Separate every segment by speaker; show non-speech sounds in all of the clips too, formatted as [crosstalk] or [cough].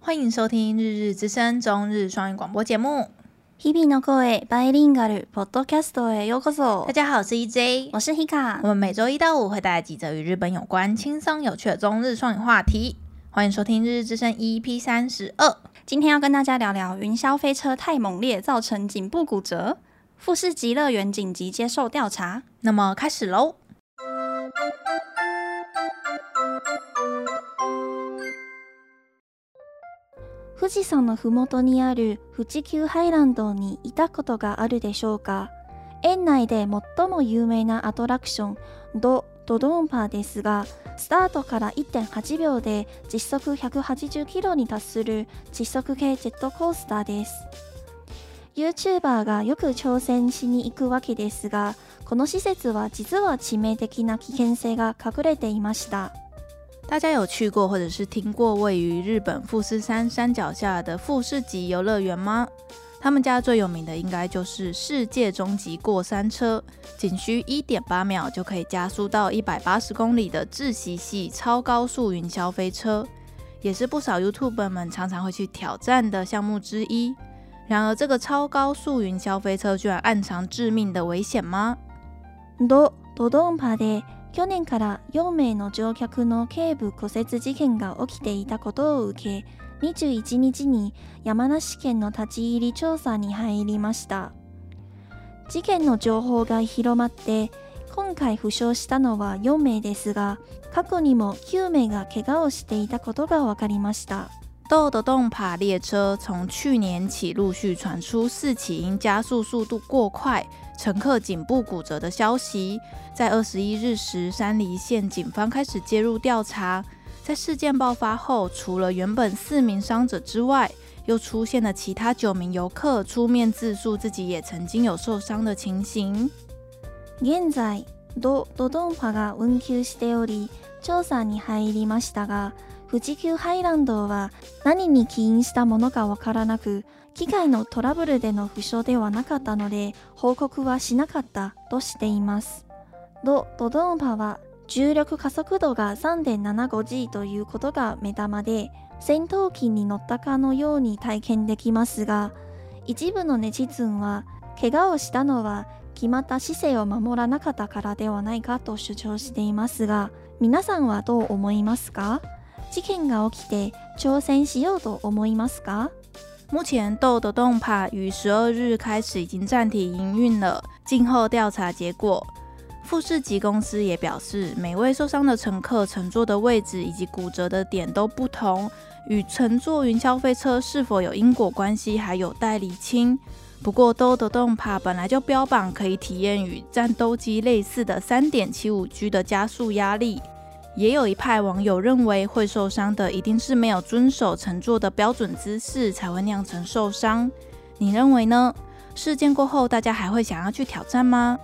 Speaker 1: 欢迎收听《日日之声》中日双语广播节目。
Speaker 2: 日々の声バイリンガルポッドキャストへようこそ
Speaker 1: 大。家好，我是 EJ，
Speaker 2: 我是 Hika
Speaker 1: 我。们每周一到五会带来几则与日本有关、轻松有趣的中日双语话题。欢迎收听《日日之声》EP 三十二。
Speaker 2: 今天要跟大家聊聊云霄飞车太猛烈造成颈部骨折，富士急乐园紧急接受调查。
Speaker 1: 那么开始喽。
Speaker 2: 富士山のふもとにある富士急ハイランドにいたことがあるでしょうか園内で最も有名なアトラクションド・ドドンパですがスタートから1.8秒で時速180キロに達する時速系ジェットコースターです YouTuber がよく挑戦しに行くわけですがこの施設は実は致命的な危険性が隠れていました
Speaker 1: 大家有去过或者是听过位于日本富士山山脚下的富士急游乐园吗？他们家最有名的应该就是世界终极过山车，仅需一点八秒就可以加速到一百八十公里的窒息系超高速云霄飞车，也是不少 YouTube 们常常会去挑战的项目之一。然而，这个超高速云霄飞车居然暗藏致命的危险吗？
Speaker 2: ド・ドドンパで去年から4名の乗客の頸部骨折事件が起きていたことを受け21日に山梨県の立ち入り調査に入りました事件の情報が広まって今回負傷したのは4名ですが過去にも9名が怪我をしていたことが分かりました
Speaker 1: 豆的动爬列车从去年起陆续传出四起因加速速度过快、乘客颈部骨折的消息。在二十一日时，山梨县警方开始介入调查。在事件爆发后，除了原本四名伤者之外，又出现了其他九名游客出面自述自己也曾经有受伤的情形。
Speaker 2: 現在ド・ドドンパが運休しており調査に入りましたが富士急ハイランドは何に起因したものかわからなく機械のトラブルでの負傷ではなかったので報告はしなかったとしていますド・ドドンパは重力加速度が 3.75G ということが目玉で戦闘機に乗ったかのように体験できますが一部のネチズンは怪我をしたのは決まった姿勢を守らなかったからではないかと主張していますが皆さんはどう思いますか事件が起きて挑戦しようと思いますか
Speaker 1: 目前豆的动帕于十二日开始已经暂停营运了，静候调查结果。富士急公司也表示，每位受伤的乘客乘坐的位置以及骨折的点都不同，与乘坐云霄飞车是否有因果关系还有待厘清。不过，豆的动帕本来就标榜可以体验与战斗机类似的三点七五 G 的加速压力，也有一派网友认为，会受伤的一定是没有遵守乘坐的标准姿势才会酿成受伤。你认为呢？事件过后，大家还会想要去挑战吗？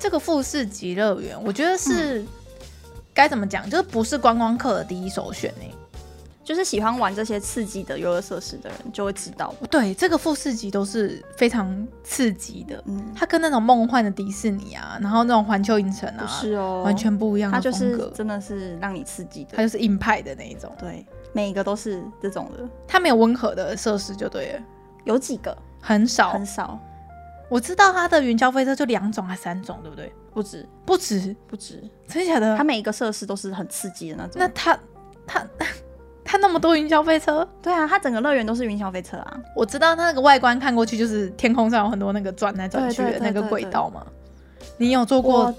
Speaker 1: 这个富士极乐园，我觉得是、该怎么讲，就是不是观光客的第一首选哎、
Speaker 3: 就是喜欢玩这些刺激的游乐设施的人就会知道。
Speaker 1: 对，这个富士极都是非常刺激的，
Speaker 3: 嗯，
Speaker 1: 它跟那种梦幻的迪士尼啊，然后那种环球影城啊，
Speaker 3: 不是哦，
Speaker 1: 完全不一样
Speaker 3: 它
Speaker 1: 的
Speaker 3: 就
Speaker 1: 风
Speaker 3: 是
Speaker 1: 格。
Speaker 3: 真的是让你刺激
Speaker 1: 它
Speaker 3: 的。
Speaker 1: 就是硬派的那一种，
Speaker 3: 对，每一个都是这种的，
Speaker 1: 它没有温和的设施就对了，
Speaker 3: 有几个
Speaker 1: 很少，
Speaker 3: 很少，
Speaker 1: 我知道它的云霄飞车就两种还三种，对不对？
Speaker 3: 不止
Speaker 1: 不止，
Speaker 3: 不止，
Speaker 1: 真的假的？
Speaker 3: 它每一个设施都是很刺激的那种。
Speaker 1: 那它它 [laughs] 它那么多云霄飞车，
Speaker 3: 对啊，它整个乐园都是云霄飞车啊。
Speaker 1: 我知道它那个外观看过去就是天空上有很多那个转来转去的
Speaker 3: 对对
Speaker 1: 那
Speaker 3: 对
Speaker 1: 个
Speaker 3: 对
Speaker 1: 轨
Speaker 3: 对
Speaker 1: 道嘛。你有坐过
Speaker 3: 我？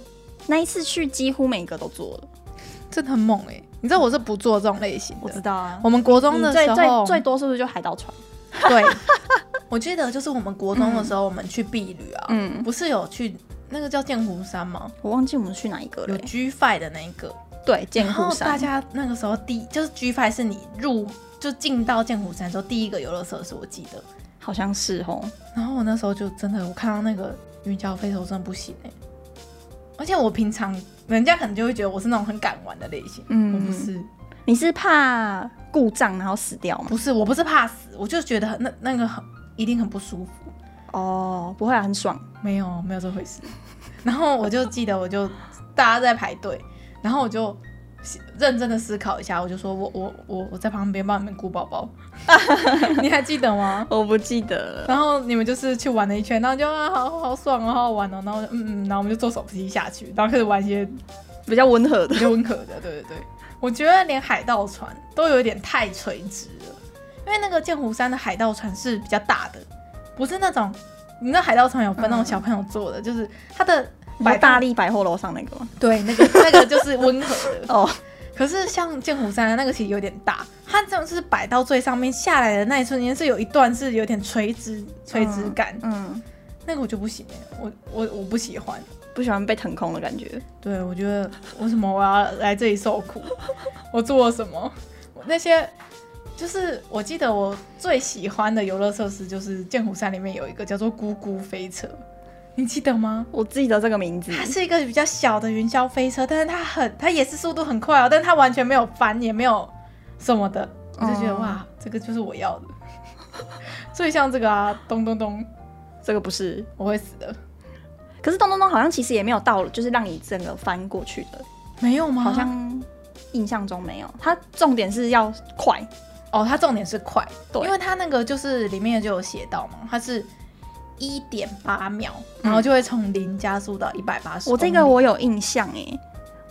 Speaker 3: 那一次去几乎每一个都做了，
Speaker 1: 真的很猛哎、你知道我是不做这种类型
Speaker 3: 我知
Speaker 1: 的。
Speaker 3: 道啊。
Speaker 1: 我们国中
Speaker 3: 你
Speaker 1: 的
Speaker 3: 最
Speaker 1: 时候
Speaker 3: 最，最多是不是就海盗船？
Speaker 1: [laughs] 对，我记得就是我们国中的时候，我们去避旅啊，
Speaker 3: 嗯，
Speaker 1: 不是有去那个叫剑湖山吗？
Speaker 3: 我忘记我们去哪一个了
Speaker 1: 有
Speaker 3: 欸。
Speaker 1: G Five 的那一个，
Speaker 3: 对，剑
Speaker 1: 然
Speaker 3: 湖
Speaker 1: 后
Speaker 3: 山。
Speaker 1: 大家那个时候第就是 G Five 是你入就进到剑湖山的时候第一个游乐设施，我记得。
Speaker 3: 好像是哦，
Speaker 1: 然后我那时候就真的，我看到那个云霄飞车，我真的不行哎、而且我平常人家可能就会觉得我是那种很敢玩的类型，
Speaker 3: 嗯
Speaker 1: 我不是，
Speaker 3: 你是怕故障然后死掉吗？
Speaker 1: 不是，我不是怕死，我就觉得很那那个很一定很不舒服。
Speaker 3: 哦，不会啊，很爽。
Speaker 1: 没有，没有这回事。然后我就记得，我就大家在排队，然后我就
Speaker 4: 认真的思考一下，我就说我我我我在旁边帮你们顾宝宝，你还记得吗？
Speaker 3: 我不记得了。
Speaker 4: 然后你们就是去玩了一圈，然后就啊好好爽哦，好好玩哦，然后就嗯嗯，然后我们就坐手机下去，然后开始玩一些
Speaker 3: 比较温和的
Speaker 4: 比。较温和的，对对对。我觉得连海盗船都有一点太垂直了，因为那个剑湖山的海盗船是比较大的，不是那种你那海盗船有分那种小朋友坐的，就是它的摆
Speaker 3: 百嗯大
Speaker 4: 放
Speaker 3: 力百货楼上那个吗？
Speaker 4: 对那个那个就是温和的
Speaker 3: 哦。
Speaker 4: [laughs] 可是像剑湖山那个其实有点大，它这种是摆到最上面下来的那一瞬间是有一段是有点垂直垂直感，
Speaker 3: 嗯，
Speaker 4: 那个我就不行、欸，我我我不喜欢。
Speaker 3: 不喜欢被腾空的感觉。
Speaker 4: 对，我觉得为什么我要来这里受苦？ [laughs] 我做了什么？我那些就是我记得我最喜欢的游乐设施就是剑湖山里面有一个叫做咕咕飞车，你记得吗？
Speaker 3: 我记得这个名字，
Speaker 4: 它是一个比较小的云霄飞车，但是它很，它也是速度很快哦，但它完全没有翻，也没有什么的，我就觉得、
Speaker 3: 哦
Speaker 4: 哇，这个就是我要的。 [laughs] 所以像这个啊，咚咚咚，
Speaker 3: 这个不是。
Speaker 4: 我会死的，
Speaker 3: 可是咚咚咚好像其实也没有到，就是让你整个翻过去的，
Speaker 4: 没有吗？
Speaker 3: 好像印象中没有。它重点是要快，
Speaker 4: 哦，它重点是快，
Speaker 3: 对
Speaker 4: 因为它那个就是里面就有写到嘛，它是一点八秒，然后就会从零加速到一百八十。
Speaker 3: 我这个我有印象哎、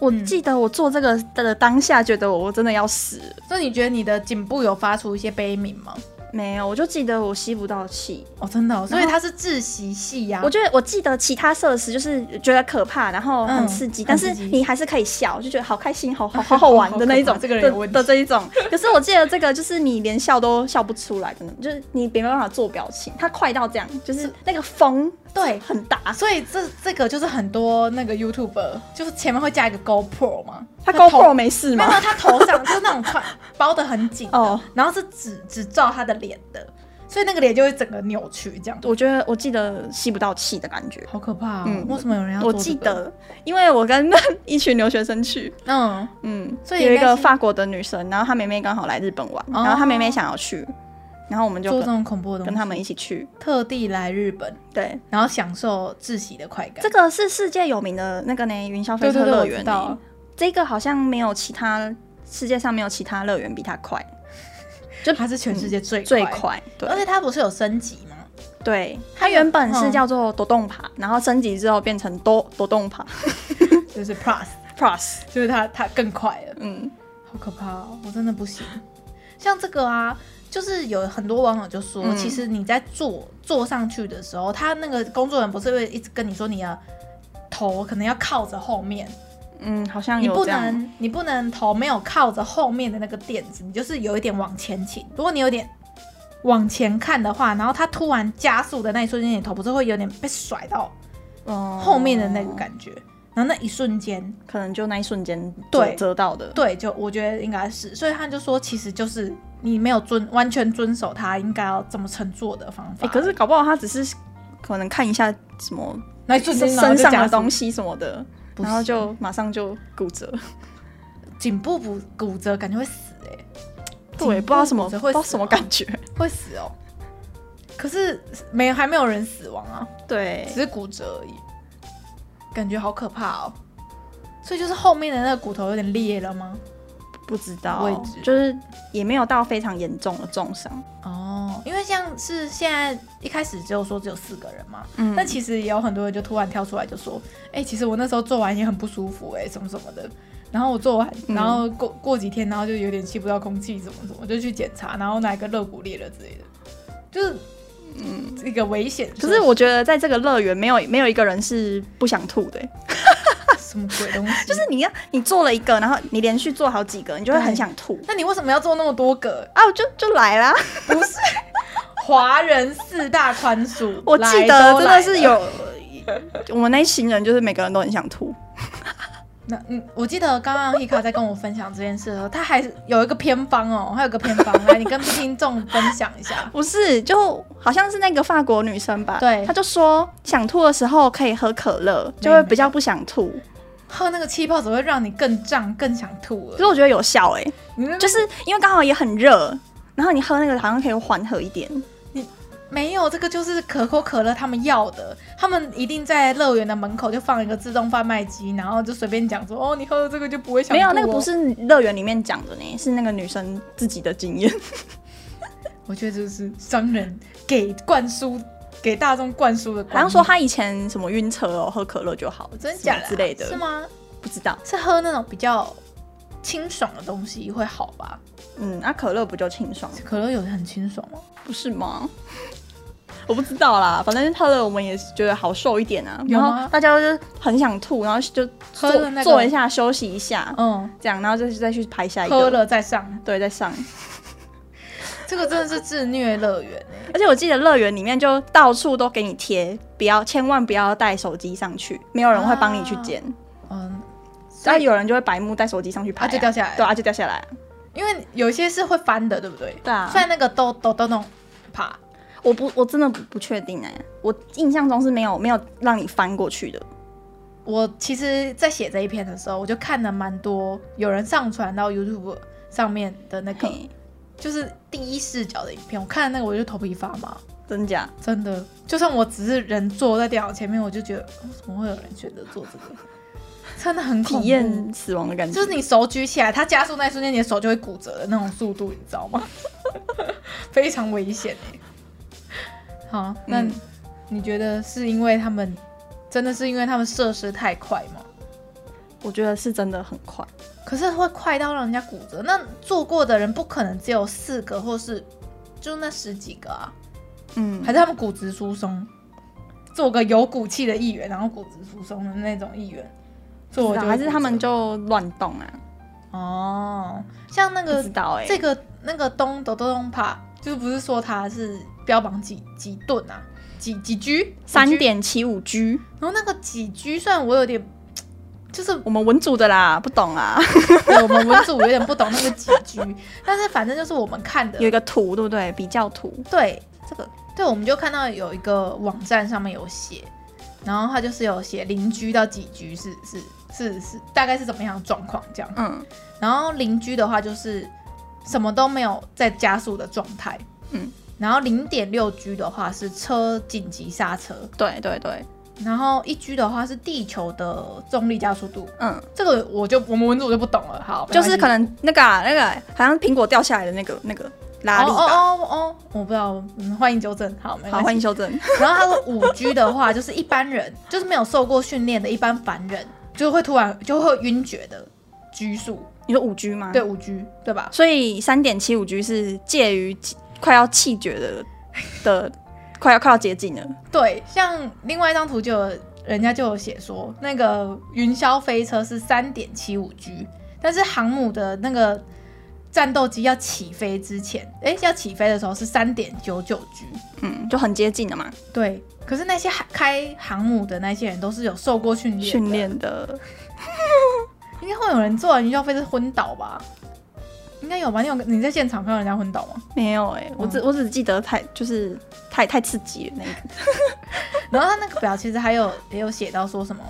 Speaker 3: 我
Speaker 4: 嗯
Speaker 3: 记得我做这个的当下，觉得我真的要死了，
Speaker 4: 所以你觉得你的颈部有发出一些悲鸣吗？
Speaker 3: 没有，我就记得我吸不到气。
Speaker 4: 哦，真的、哦，所以
Speaker 3: 然后
Speaker 4: 它是窒息系啊呀、
Speaker 3: 我觉得我记得其他设施就是觉得可怕，然后很
Speaker 4: 嗯
Speaker 3: 刺激，
Speaker 4: 很
Speaker 3: 但是
Speaker 4: 刺激
Speaker 3: 你还是可以笑，就觉得好开心，好好好好玩
Speaker 4: [laughs] 好可
Speaker 3: 的
Speaker 4: 怕
Speaker 3: 那一种。
Speaker 4: 这个人
Speaker 3: 的
Speaker 4: 有问题
Speaker 3: 的这一种，可是我记得这个就是你连笑都笑不出来，真的，就是你没办法做表情，它快到这样，就是那个风
Speaker 4: 对
Speaker 3: 很大，
Speaker 4: 所以这这个就是很多那个 YouTuber 就是前面会加一个 GoPro 嘛，
Speaker 3: 它
Speaker 4: 头
Speaker 3: GoPro 没事
Speaker 4: 没有，没
Speaker 3: 吗？
Speaker 4: 有他头上就是那种穿包的很紧 [laughs] 的，
Speaker 3: 哦
Speaker 4: 然后是只只照他的脸的，所以那个脸就会整个扭曲这样。
Speaker 3: 我觉得我记得吸不到气的感觉。
Speaker 4: 好可怕、哦！
Speaker 3: 嗯
Speaker 4: 为什么有人要、
Speaker 3: 我记，得，因为我跟 [laughs] 一群留学生去，
Speaker 4: 嗯，
Speaker 3: 嗯，
Speaker 4: 所以
Speaker 3: 有一
Speaker 4: 应该
Speaker 3: 个
Speaker 4: 是
Speaker 3: 法国的女生，然后她妹妹刚好来日本玩，
Speaker 4: 哦
Speaker 3: 然后她妹妹想要去，然后我们就
Speaker 4: 做这
Speaker 3: 跟
Speaker 4: 种恐怖的东西，
Speaker 3: 跟他们一起去。
Speaker 4: 特地来日本，
Speaker 3: 对，
Speaker 4: 然后享受窒息的快感。
Speaker 3: 这个是世界有名的那个呢云霄飞
Speaker 4: 对对
Speaker 3: 车
Speaker 4: 对，
Speaker 3: 乐
Speaker 4: 我知
Speaker 3: 园
Speaker 4: 道
Speaker 3: 呢
Speaker 4: 啊，，
Speaker 3: 这个好像没有其他世界上没有其他乐园比它快，
Speaker 4: 它是全世界最
Speaker 3: 嗯最，快。对
Speaker 4: 而且它不是有升级吗？
Speaker 3: 对，
Speaker 4: 它
Speaker 3: 它
Speaker 4: 原
Speaker 3: 原本是
Speaker 4: 嗯
Speaker 3: 叫做多动爬，然后升级之后变成多多动爬
Speaker 4: 就是 Plus，
Speaker 3: Plus。
Speaker 4: 就是它它更快了，
Speaker 3: 嗯，
Speaker 4: 好可怕哦！我真的不行。像这个啊，就是有很多网友就说，
Speaker 3: 嗯
Speaker 4: 其实你在坐坐上去的时候，他那个工作人员不是会一直跟你说你的头可能要靠着后面，
Speaker 3: 嗯，好像
Speaker 4: 你
Speaker 3: 有
Speaker 4: 不
Speaker 3: 这样。
Speaker 4: 能，你不能头没有靠着后面的那个垫子，你就是有一点往前倾。如果你有点往前看的话，然后它突然加速的那一瞬间，你头不是会有点被甩到
Speaker 3: 哦
Speaker 4: 后面的那个感觉，然后那一瞬间，
Speaker 3: 可能就那一瞬间
Speaker 4: 对
Speaker 3: 折折到的。
Speaker 4: 对，就我觉得应该是，所以他就说，其实就是你没有遵完全遵守他应该要怎么乘坐的方法。
Speaker 3: 哎、可是搞不好他只是可能看一下什么
Speaker 4: 那一瞬间
Speaker 3: 身上的东
Speaker 4: 西，
Speaker 3: 西什么的，
Speaker 4: 不
Speaker 3: 然后
Speaker 4: 是
Speaker 3: 就马上就骨折。
Speaker 4: 颈部骨骨折，感觉会死哎、
Speaker 3: 对，不知道什么
Speaker 4: 骨
Speaker 3: [laughs] 不
Speaker 4: 折
Speaker 3: 知
Speaker 4: 会
Speaker 3: 道
Speaker 4: 死啊
Speaker 3: 什么
Speaker 4: 吗
Speaker 3: 感觉。
Speaker 4: 会死哦。可是没还没有人死亡啊。
Speaker 3: 对
Speaker 4: 只，是骨折而已，感觉好可怕哦。所以就是后面的那个骨头有点裂了吗？
Speaker 3: 不知道
Speaker 4: 位置，
Speaker 3: 就是也没有到非常严重的重伤。
Speaker 4: 哦，因为像是现在一开始只有说只有四个人嘛，
Speaker 3: 嗯
Speaker 4: 但其实也有很多人就突然跳出来就说，哎、其实我那时候做完也很不舒服、哎，什么什么的。然后我做完，
Speaker 3: 嗯
Speaker 4: 然后过过几天，然后就有点吸不到空气，什么什么，就去检查，然后哪一个肋骨裂了之类的，就是嗯一个危险。
Speaker 3: 可是我觉得在这个乐园没有没有一个人是不想吐的、
Speaker 4: 什么鬼东西？
Speaker 3: 就是你要你做了一个，然后你连续做好几个，你就会
Speaker 4: 对
Speaker 3: 很想吐。
Speaker 4: 那你为什么要做那么多个？
Speaker 3: 啊，我就就
Speaker 4: [laughs]
Speaker 3: 来啦！
Speaker 4: 不是华人四大宽恕，
Speaker 3: 我记
Speaker 4: 来
Speaker 3: 得
Speaker 4: 都
Speaker 3: 真
Speaker 4: 来
Speaker 3: 的
Speaker 4: 了
Speaker 3: 是有，我们那一行人就是每个人都很想吐。
Speaker 4: 那嗯，我记得刚刚 Hika 在跟我分享这件事的时哦候，他还是有一个偏方哦，还有个偏方，来你跟听众分享一下。 [laughs]
Speaker 3: 不是，就好像是那个法国女生吧，
Speaker 4: 对
Speaker 3: 她就说想吐的时候可以喝可乐，就会比较不想吐。
Speaker 4: 喝那个气泡水会让你更胀，更想吐
Speaker 3: 可
Speaker 4: 了
Speaker 3: 是。我觉得有效哎、
Speaker 4: 你那
Speaker 3: 就是因为刚好也很热，然后你喝那个好像可以缓和一点。
Speaker 4: 没有，这个就是可口可乐他们要的，他们一定在乐园的门口就放一个自动贩卖机，然后就随便讲说，哦，你喝了这个就不会想
Speaker 3: 没有，
Speaker 4: 吐
Speaker 3: 那个不
Speaker 4: 哦。
Speaker 3: 是乐园里面讲的呢，是那个女生自己的经 [laughs] 验。
Speaker 4: 我觉得这是商人给灌输给大众灌输的观念，
Speaker 3: 好像说她以前什么晕车哦，喝可乐就好，
Speaker 4: 真假的啊
Speaker 3: 什么之类的，
Speaker 4: 是？吗？
Speaker 3: 不知道。
Speaker 4: 是喝那种比较清爽的东西会好吧？
Speaker 3: 嗯，那、可乐不就清爽，
Speaker 4: 可乐有很清爽吗？
Speaker 3: 不是吗？ [laughs] 我不知道啦，反正喝了我们也觉得好受一点啊，
Speaker 4: 有
Speaker 3: 然
Speaker 4: 吗
Speaker 3: 后大家就很想吐，然后就
Speaker 4: 喝
Speaker 3: 坐
Speaker 4: 了那个
Speaker 3: 坐一下休息一下，
Speaker 4: 嗯，
Speaker 3: 这样，然后再去再去拍下一个。
Speaker 4: 喝了再上，
Speaker 3: 对，再上。
Speaker 4: 这个真的是自虐乐园哎、
Speaker 3: 而且我记得乐园里面就到处都给你贴，不要千万不要带手机上去，没有人会帮你去捡。
Speaker 4: 嗯，
Speaker 3: 然后有人就会白目带手机上去拍、
Speaker 4: 啊就掉下来
Speaker 3: 对啊，就掉下来。
Speaker 4: 因为有一些是会翻的，对不对？
Speaker 3: 对啊
Speaker 4: 虽然那个都都都弄爬，
Speaker 3: 我不，我真的不不确定哎、我印象中是没有没有让你翻过去的。
Speaker 4: 我其实，在写这一篇的时候，我就看了蛮多有人上传到 YouTube 上面的那个，
Speaker 3: 嘿，
Speaker 4: 就是第一视角的影片。我看了那个，我就头皮发麻，
Speaker 3: 真假？
Speaker 4: 真的。就算我只是人坐在电脑前面，我就觉得、哦怎么会有人选择做这个？ [laughs] 真的很恐
Speaker 3: 体
Speaker 4: 怖
Speaker 3: 验死亡的感觉，
Speaker 4: 就是你手举起来，它加速那一瞬间，你的手就会骨折的那种速度，你知道吗？ [laughs] 非常危险哎、好，那、
Speaker 3: 嗯
Speaker 4: 你觉得是因为他们真的是因为他们设施太快吗？
Speaker 3: 我觉得是真的很快。
Speaker 4: 可是会快到让人家骨折，那做过的人不可能只有四个，或是就那十几个啊？
Speaker 3: 嗯
Speaker 4: 还，是他们骨质疏松，做个有骨气的议员，然后骨质疏松的那种议员，所以我就
Speaker 3: 不知道
Speaker 4: 会
Speaker 3: 还是他们
Speaker 4: 骨折
Speaker 3: 就乱动啊？
Speaker 4: 哦，像那
Speaker 3: 不
Speaker 4: 个
Speaker 3: 知道哎、
Speaker 4: 这个那个东抖抖东帕，就是不是说它是标榜几几吨啊，几几 G
Speaker 3: 三，
Speaker 4: 几 G？
Speaker 3: 点七五 G，
Speaker 4: 然后那个几 G 算我有点，就是
Speaker 3: 我们文组的啦，不懂啊。
Speaker 4: 嗯对我们文组有点不懂那个几 G，但 [laughs] 是反正就是我们看的
Speaker 3: 有一个图，对不对？比较图，
Speaker 4: 对
Speaker 3: 这个
Speaker 4: 对，我们就看到有一个网站上面有写，然后它就是有写邻居到几 G 是是是是大概是怎么样的状况这样，
Speaker 3: 嗯
Speaker 4: 然后邻居的话就是什么都没有在加速的状态，
Speaker 3: 嗯，
Speaker 4: 然后零点六 G 的话是车紧急刹车，
Speaker 3: 对对对，
Speaker 4: 然后一 G 的话是地球的重力加速度，
Speaker 3: 嗯，
Speaker 4: 这个我就我们文组就不懂了，好，没
Speaker 3: 就
Speaker 4: 关系
Speaker 3: 是可能那个啊、那个好像苹果掉下来的那个那个拉力
Speaker 4: 哦
Speaker 3: 吧。
Speaker 4: 哦哦哦，我不知道，嗯，欢迎纠正，好，没
Speaker 3: 好，
Speaker 4: 关
Speaker 3: 欢
Speaker 4: 系
Speaker 3: 迎。修正。 [laughs]
Speaker 4: 然后他说五 G 的话，就是一般人，就是没有受过训练的一般凡人，就会突然就会晕厥的居速。
Speaker 3: 你说五 G 吗？
Speaker 4: 对，五 G 对吧？
Speaker 3: 所以三点七五 G 是介于几快要气绝的的，快要快要接近了。
Speaker 4: 对，像另外一张图就有人家就有写说，那个云霄飞车是三点七五 G，但是航母的那个战斗机要起飞之前，诶，要起飞的时候是三点九九 G。
Speaker 3: 嗯，就很接近了嘛。
Speaker 4: 对，可是那些海开航母的那些人都是有受过训练的，
Speaker 3: 训练的
Speaker 4: 应该会有人坐完云霄飞车昏倒吧？应该有吧？你有你在现场看到人家昏倒吗？
Speaker 3: 没有哎、我只我只记得太就是太太刺激了那个。
Speaker 4: 然后他那个表其实还有也有写到说什么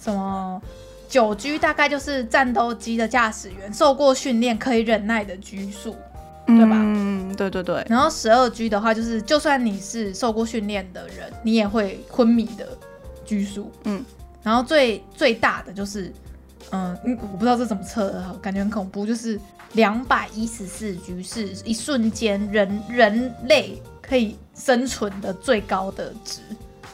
Speaker 4: 什么九 G 大概就是战斗机的驾驶员受过训练可以忍耐的居速，对吧
Speaker 3: 嗯，对对对，
Speaker 4: 然后十二 G 的话就是就算你是受过训练的人，你也会昏迷的居速。
Speaker 3: 嗯，
Speaker 4: 然后最最大的就是嗯，嗯我不知道这怎么测的，感觉很恐怖，就是两百一十四 G 是一瞬间人人类可以生存的最高的值。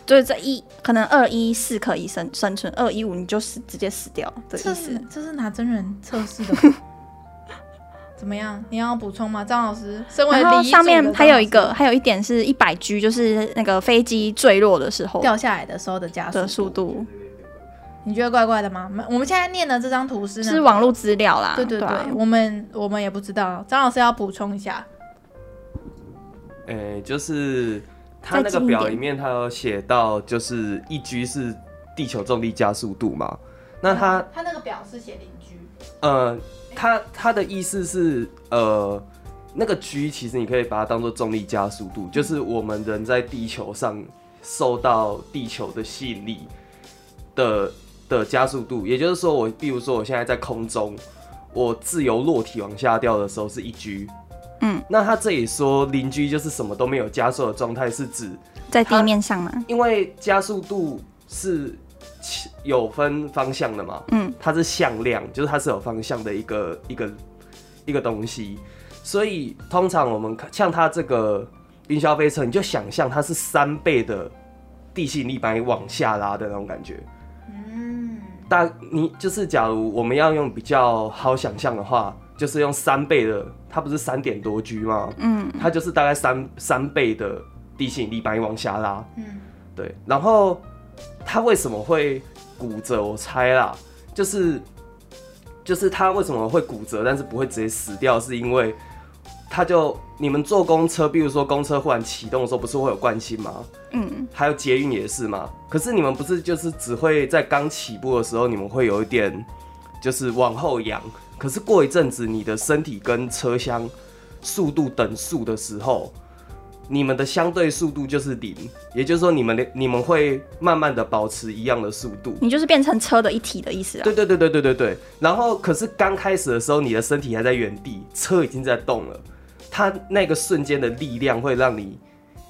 Speaker 3: 就是这一可能二一四可以生生存，二一五你就死直接死掉的
Speaker 4: 这是
Speaker 3: 意思。
Speaker 4: 这是拿真人测试的
Speaker 3: [laughs]
Speaker 4: 吧。怎么样？你要补充吗，张老师？身为
Speaker 3: 然后
Speaker 4: 礼仪
Speaker 3: 上
Speaker 4: 组的
Speaker 3: 面
Speaker 4: 张
Speaker 3: 还有
Speaker 4: 老
Speaker 3: 一
Speaker 4: 师
Speaker 3: 个，还有一点是一百 G，就是那个飞机坠落的时候
Speaker 4: 掉下来的时候的加
Speaker 3: 的
Speaker 4: 速
Speaker 3: 速，度，
Speaker 4: 你觉得怪怪的吗？我们我们现在念的这张图是那
Speaker 3: 是
Speaker 4: 个
Speaker 3: 网络资料啦。
Speaker 4: 对对对，
Speaker 3: 对啊，
Speaker 4: 我们我们也不知道。张老师要补充一下，
Speaker 5: 诶、就是他
Speaker 3: 再
Speaker 5: 那
Speaker 3: 近一
Speaker 5: 个表
Speaker 3: 点
Speaker 5: 里面，他有写到，就是一 G 是地球重力加速度嘛。那他
Speaker 4: 他那个表是写邻居，
Speaker 5: 呃，他他的意思是呃，那个 G 其实你可以把它当做重力加速度，就是我们人在地球上受到地球的吸引力的的加速度。也就是说我，比如说我现在在空中，我自由落体往下掉的时候是一 G，
Speaker 3: 嗯，
Speaker 5: 那他这里说邻居就是什么都没有加速的状态，是指
Speaker 3: 在地面上嘛，
Speaker 5: 因为加速度是起有分方向的嘛，
Speaker 3: 嗯，
Speaker 5: 它是向量，就是它是有方向的一个一个一个东西，所以通常我们看像它这个云霄飞车，你就想象它是三倍的地心力把你往下拉的那种感觉。
Speaker 4: 嗯
Speaker 5: 大你就是，假如我们要用比较好想象的话，就是用三倍的，它不是三点多 G 吗？
Speaker 3: 嗯，
Speaker 5: 它就是大概三三倍的地心引力把你往下拉。
Speaker 4: 嗯，
Speaker 5: 对，然后它为什么会骨折？我猜啦，就是就是它为什么会骨折，但是不会直接死掉，是因为它就你们坐公车，比如说公车忽然启动的时候，不是会有惯性吗？
Speaker 3: 嗯，
Speaker 5: 还有捷运也是嘛。可是你们不是就是只会在刚起步的时候，你们会有一点就是往后仰，可是过一阵子你的身体跟车厢速度等速的时候，你们的相对速度就是零，也就是说你们的你们会慢慢的保持一样的速度。
Speaker 3: 你就是变成车的一体的意思啊
Speaker 5: 对。对对对对对对。然后可是刚开始的时候，你的身体还在原地，车已经在动了，它那个瞬间的力量会让你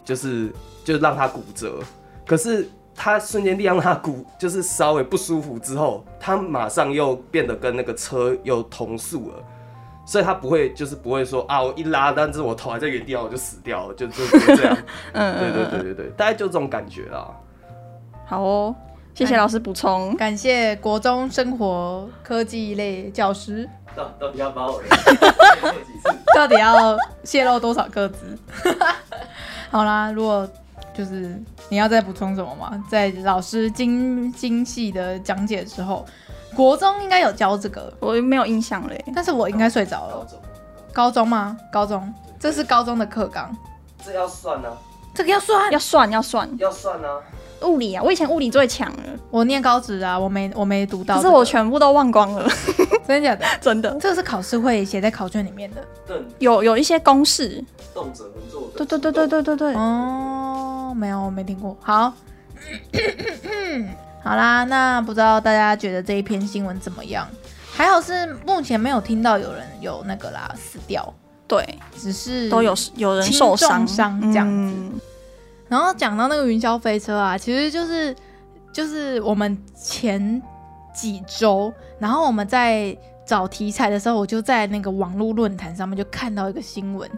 Speaker 5: 就是就让它骨折。可是它瞬间力量让它骨就是稍微不舒服之后，它马上又变得跟那个车又同速了。所以它不会，就是不会说啊，我一拉，但是我头还在原地啊，我就死掉了，就就不会这样。
Speaker 3: [laughs] 嗯
Speaker 5: 对对对对对，大概就这种感觉啦。
Speaker 3: 好哦，谢
Speaker 4: 哎
Speaker 3: 谢老师补充。
Speaker 4: 感谢国中生活科技类教师，
Speaker 5: 到到底要把我几 [laughs] 次？
Speaker 4: 到底要泄露多少个字？ [laughs] 好啦，如果就是你要再补充什么吗？在老师精精细的讲解之后，国中应该有教这个，
Speaker 3: 我没有印象嘞，
Speaker 4: 但是我应该睡
Speaker 5: 哦
Speaker 4: 着了。高中吗？高中，这是高中的课纲，
Speaker 5: 这要算啊，
Speaker 4: 这个要算。
Speaker 3: 要算要算
Speaker 5: 要算啊。
Speaker 3: 物理啊，我以前物理最强了，
Speaker 4: 我念高职啊，我没我没读到、
Speaker 3: 可
Speaker 4: 这
Speaker 3: 是
Speaker 4: 个，
Speaker 3: 我全部都忘光了， [laughs]
Speaker 4: 真的假的？
Speaker 3: 真的。
Speaker 4: 这个是考试会写在考卷里面的
Speaker 5: 动
Speaker 3: 有有一些公式，
Speaker 5: 动辄能做的。
Speaker 3: 对对对对对对对，
Speaker 4: 哦，没有，我没听过。好， [coughs] 好啦，那不知道大家觉得这一篇新闻怎么样？还好是目前没有听到有人有那个啦死掉，
Speaker 3: 对，
Speaker 4: 只是
Speaker 3: 都有有人受
Speaker 4: 轻重伤这样子
Speaker 3: 嗯
Speaker 4: 然后讲到那个云霄飞车啊，其实就是就是我们前几周，然后我们在找题材的时候，我就在那个网络论坛上面就看到一个新闻，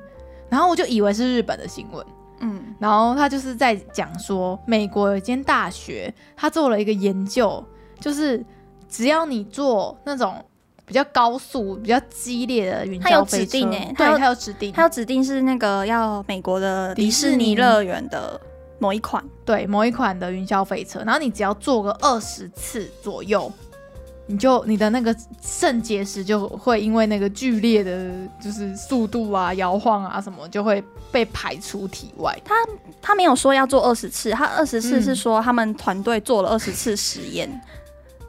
Speaker 4: 然后我就以为是日本的新闻，
Speaker 3: 嗯，
Speaker 4: 然后他就是在讲说，美国有一间大学，他做了一个研究，就是只要你坐那种比较高速、比较激烈的云
Speaker 3: 它有
Speaker 4: 霄飞车，
Speaker 3: 指定欸它有
Speaker 4: 对，它有指定，
Speaker 3: 它有指定是那个要美国的迪
Speaker 4: 迪
Speaker 3: 士
Speaker 4: 士
Speaker 3: 尼
Speaker 4: 尼
Speaker 3: 乐园的某一款，
Speaker 4: 对某一款的云霄飞车，然后你只要坐个二十次左右，你就你的那个肾结石就会因为那个剧烈的，就是速度啊、摇晃啊什么，就会被排出体外。
Speaker 3: 他没有说要做二十次，他二十次
Speaker 4: 嗯
Speaker 3: 是说他们团队做了二十次实验，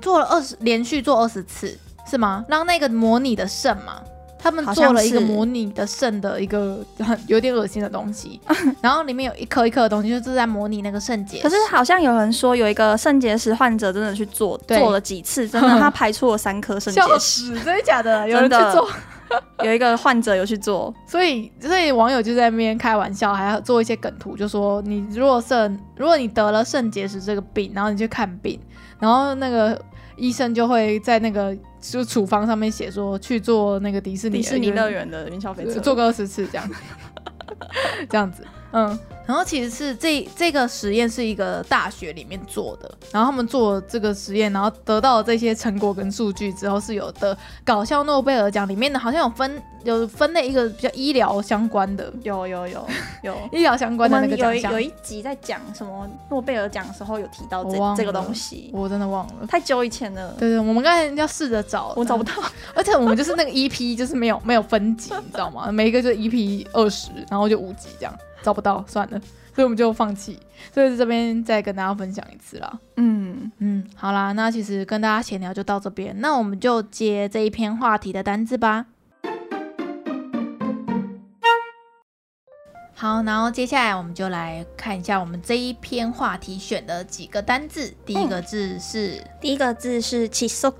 Speaker 4: 做了二十，连续做二十次是吗？让那个模拟的肾嘛，他们
Speaker 3: 好像
Speaker 4: 做了一个
Speaker 3: 是
Speaker 4: 模拟的肾的一个很有点恶心的东
Speaker 3: [laughs]
Speaker 4: 西，然后里面有一颗一颗的东西，就是在模拟那个肾结石。
Speaker 3: 可是好像有人说有一个肾结石患者真的去做，
Speaker 4: 对
Speaker 3: 做了几次，真的
Speaker 4: [laughs]
Speaker 3: 他排出了三颗肾结
Speaker 4: 笑死，
Speaker 3: 石，
Speaker 4: 真的假的？有人去
Speaker 3: 真的
Speaker 4: 做，
Speaker 3: 有一个患者有去做，
Speaker 4: 所以所以网友就在那边开玩笑，还要做一些梗图，就说你如果肾，如果你得了肾结石这个病，然后你去看病，然后那个医生就会在那个就处方上面写说去做那个迪士尼
Speaker 3: 迪士尼
Speaker 4: 的一个
Speaker 3: 乐园的云霄飞车，
Speaker 4: 呃做个二十次这样， [laughs] 这样子，嗯。然后其实是这这个实验是一个大学里面做的，然后他们做这个实验，然后得到这些成果跟数据之后，是有的搞笑诺贝尔奖里面的，好像有分有分类一个比较医疗相关的，。
Speaker 3: 有有有有
Speaker 4: 医疗相
Speaker 3: 我
Speaker 4: 关的那
Speaker 3: 们
Speaker 4: 个
Speaker 3: 有
Speaker 4: 奖
Speaker 3: 一
Speaker 4: 项
Speaker 3: 有，一集在讲什么诺贝尔奖的时候有提到
Speaker 4: 我忘
Speaker 3: 这
Speaker 4: 了
Speaker 3: 这个东西，
Speaker 4: 我真的忘了。
Speaker 3: 太久以前了，
Speaker 4: 对对，我们刚才要试着找，
Speaker 3: 我找不到。
Speaker 4: 而且我们就是那个 EP，就是没有没有分级，你知道吗？每一个就是 EP 二十，然后就五集这样，找不到算了，所以我们就放弃。所以这边再跟大家分享一次啦。
Speaker 3: 嗯，
Speaker 4: 嗯，好啦，那其实跟大家闲聊就到这边，那我们就接这一篇话题的单字吧。好，然后接下来我们就来看一下我们这一篇话题选的几个单字。第一个字是
Speaker 3: 第一个字是起 i s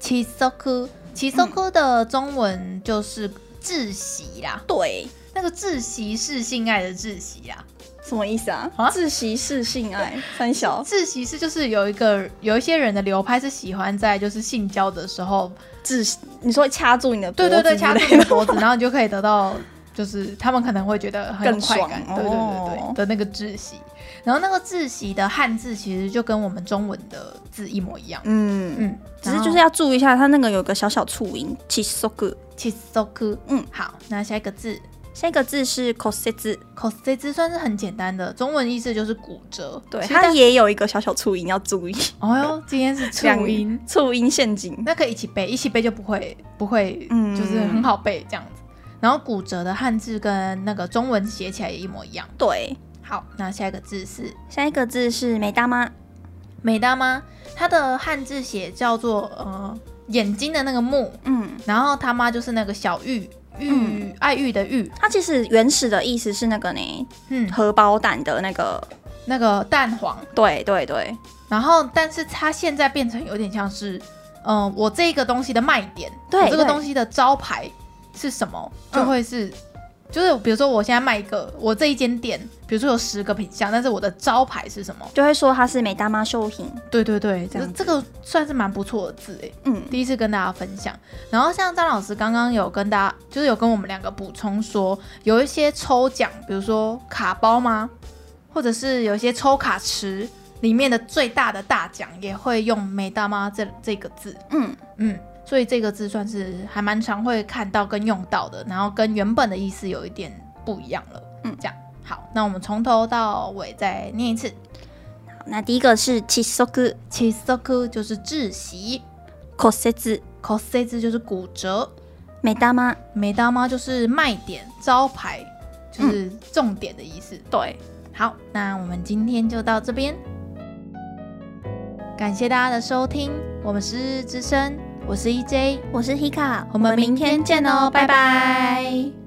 Speaker 4: 七 i s o k u 的中文就是窒息啦，
Speaker 3: 对，
Speaker 4: 那个窒息是性爱的窒息啦，
Speaker 3: 什么意思啊？
Speaker 6: 啊
Speaker 3: 窒息式性爱，三小
Speaker 4: 窒息是就是有一个有一些人的流派是喜欢在就是性交的时候，
Speaker 3: 窒息，你说掐住你的
Speaker 4: 对
Speaker 3: 脖子
Speaker 4: 对对，
Speaker 3: 之
Speaker 4: 掐住
Speaker 3: 类
Speaker 4: 你的
Speaker 3: 的
Speaker 4: 脖子，然后你就可以得到。就是他们可能会觉得很有
Speaker 3: 更
Speaker 4: 快
Speaker 3: 爽
Speaker 4: 感，对对对对、
Speaker 3: 哦
Speaker 4: 的那个窒息，然后那个窒息的汉字其实就跟我们中文的字一模一样，
Speaker 3: 嗯，
Speaker 4: 嗯，
Speaker 3: 只是就是要注意一下，它那个有个小小促音，起收个。
Speaker 4: 气死哭，
Speaker 3: 嗯，
Speaker 4: 好，那下一个字
Speaker 3: 下一个字是 cos
Speaker 4: 口这字算是很简单的，中文意思就是骨折。
Speaker 3: 对，
Speaker 4: 其实
Speaker 3: 它
Speaker 4: 大
Speaker 3: 也有一个小小促音要注
Speaker 2: [laughs]
Speaker 3: 意，
Speaker 4: 哦哟，今天是促音，
Speaker 3: 促音陷阱。
Speaker 4: 那可以一起背，一起背就不会不会，
Speaker 3: 嗯
Speaker 4: 就是很好背这样子。然后骨折的汉字跟那个中文写起来也一模一样。
Speaker 3: 对，
Speaker 4: 好，那下一个字是
Speaker 2: 下一个字是美大妈，
Speaker 4: 美大妈，它的汉字写叫做呃眼睛的那个目，
Speaker 2: 嗯，
Speaker 4: 然后他妈就是那个小玉
Speaker 3: 嗯
Speaker 4: 玉、爱玉的玉，
Speaker 2: 它其实原始的意思是那个呢，
Speaker 4: 嗯，
Speaker 2: 荷包蛋的那个，
Speaker 4: 那个蛋黄。
Speaker 2: 对对对，
Speaker 4: 然后，但是它现在变成有点像是，嗯、我这个东西的卖点，
Speaker 2: 对
Speaker 4: 我这个
Speaker 2: 对
Speaker 4: 东西的招牌是什么，就会是，就是比如说我现在卖一个，我这一间店，比如说有十个品相，但是我的招牌是什么？
Speaker 2: 就会说它是美大妈秀品，
Speaker 4: 对对对，这
Speaker 2: 样子
Speaker 4: 这个算是蛮不错的字欸诶，
Speaker 2: 嗯
Speaker 4: 第一次跟大家分享。然后像张老师刚刚有跟大家，就是有跟我们两个补充说，有一些抽奖，比如说卡包吗，或者是有一些抽卡池里面的最大的大奖，也会用“美大妈这”这个字。
Speaker 2: 嗯
Speaker 4: 嗯，所以这个字算是还蛮常会看到跟用到的，然后跟原本的意思有一点不一样了。
Speaker 2: 嗯
Speaker 4: 这样好，那我们从头到尾再念一次。
Speaker 2: 好那第一个是七速
Speaker 4: 七色哭就是窒息，
Speaker 2: 骨折，
Speaker 4: 口塞字就是骨折，
Speaker 2: 美大妈，
Speaker 4: 美大妈就是卖点、招牌，就是重点的意思。
Speaker 3: 对，
Speaker 4: 好，那我们今天就到这边，感谢大家的收听，我们是日日之声，我是 E EJ，
Speaker 2: 我是 Hika，
Speaker 4: 我们明天见哦，拜拜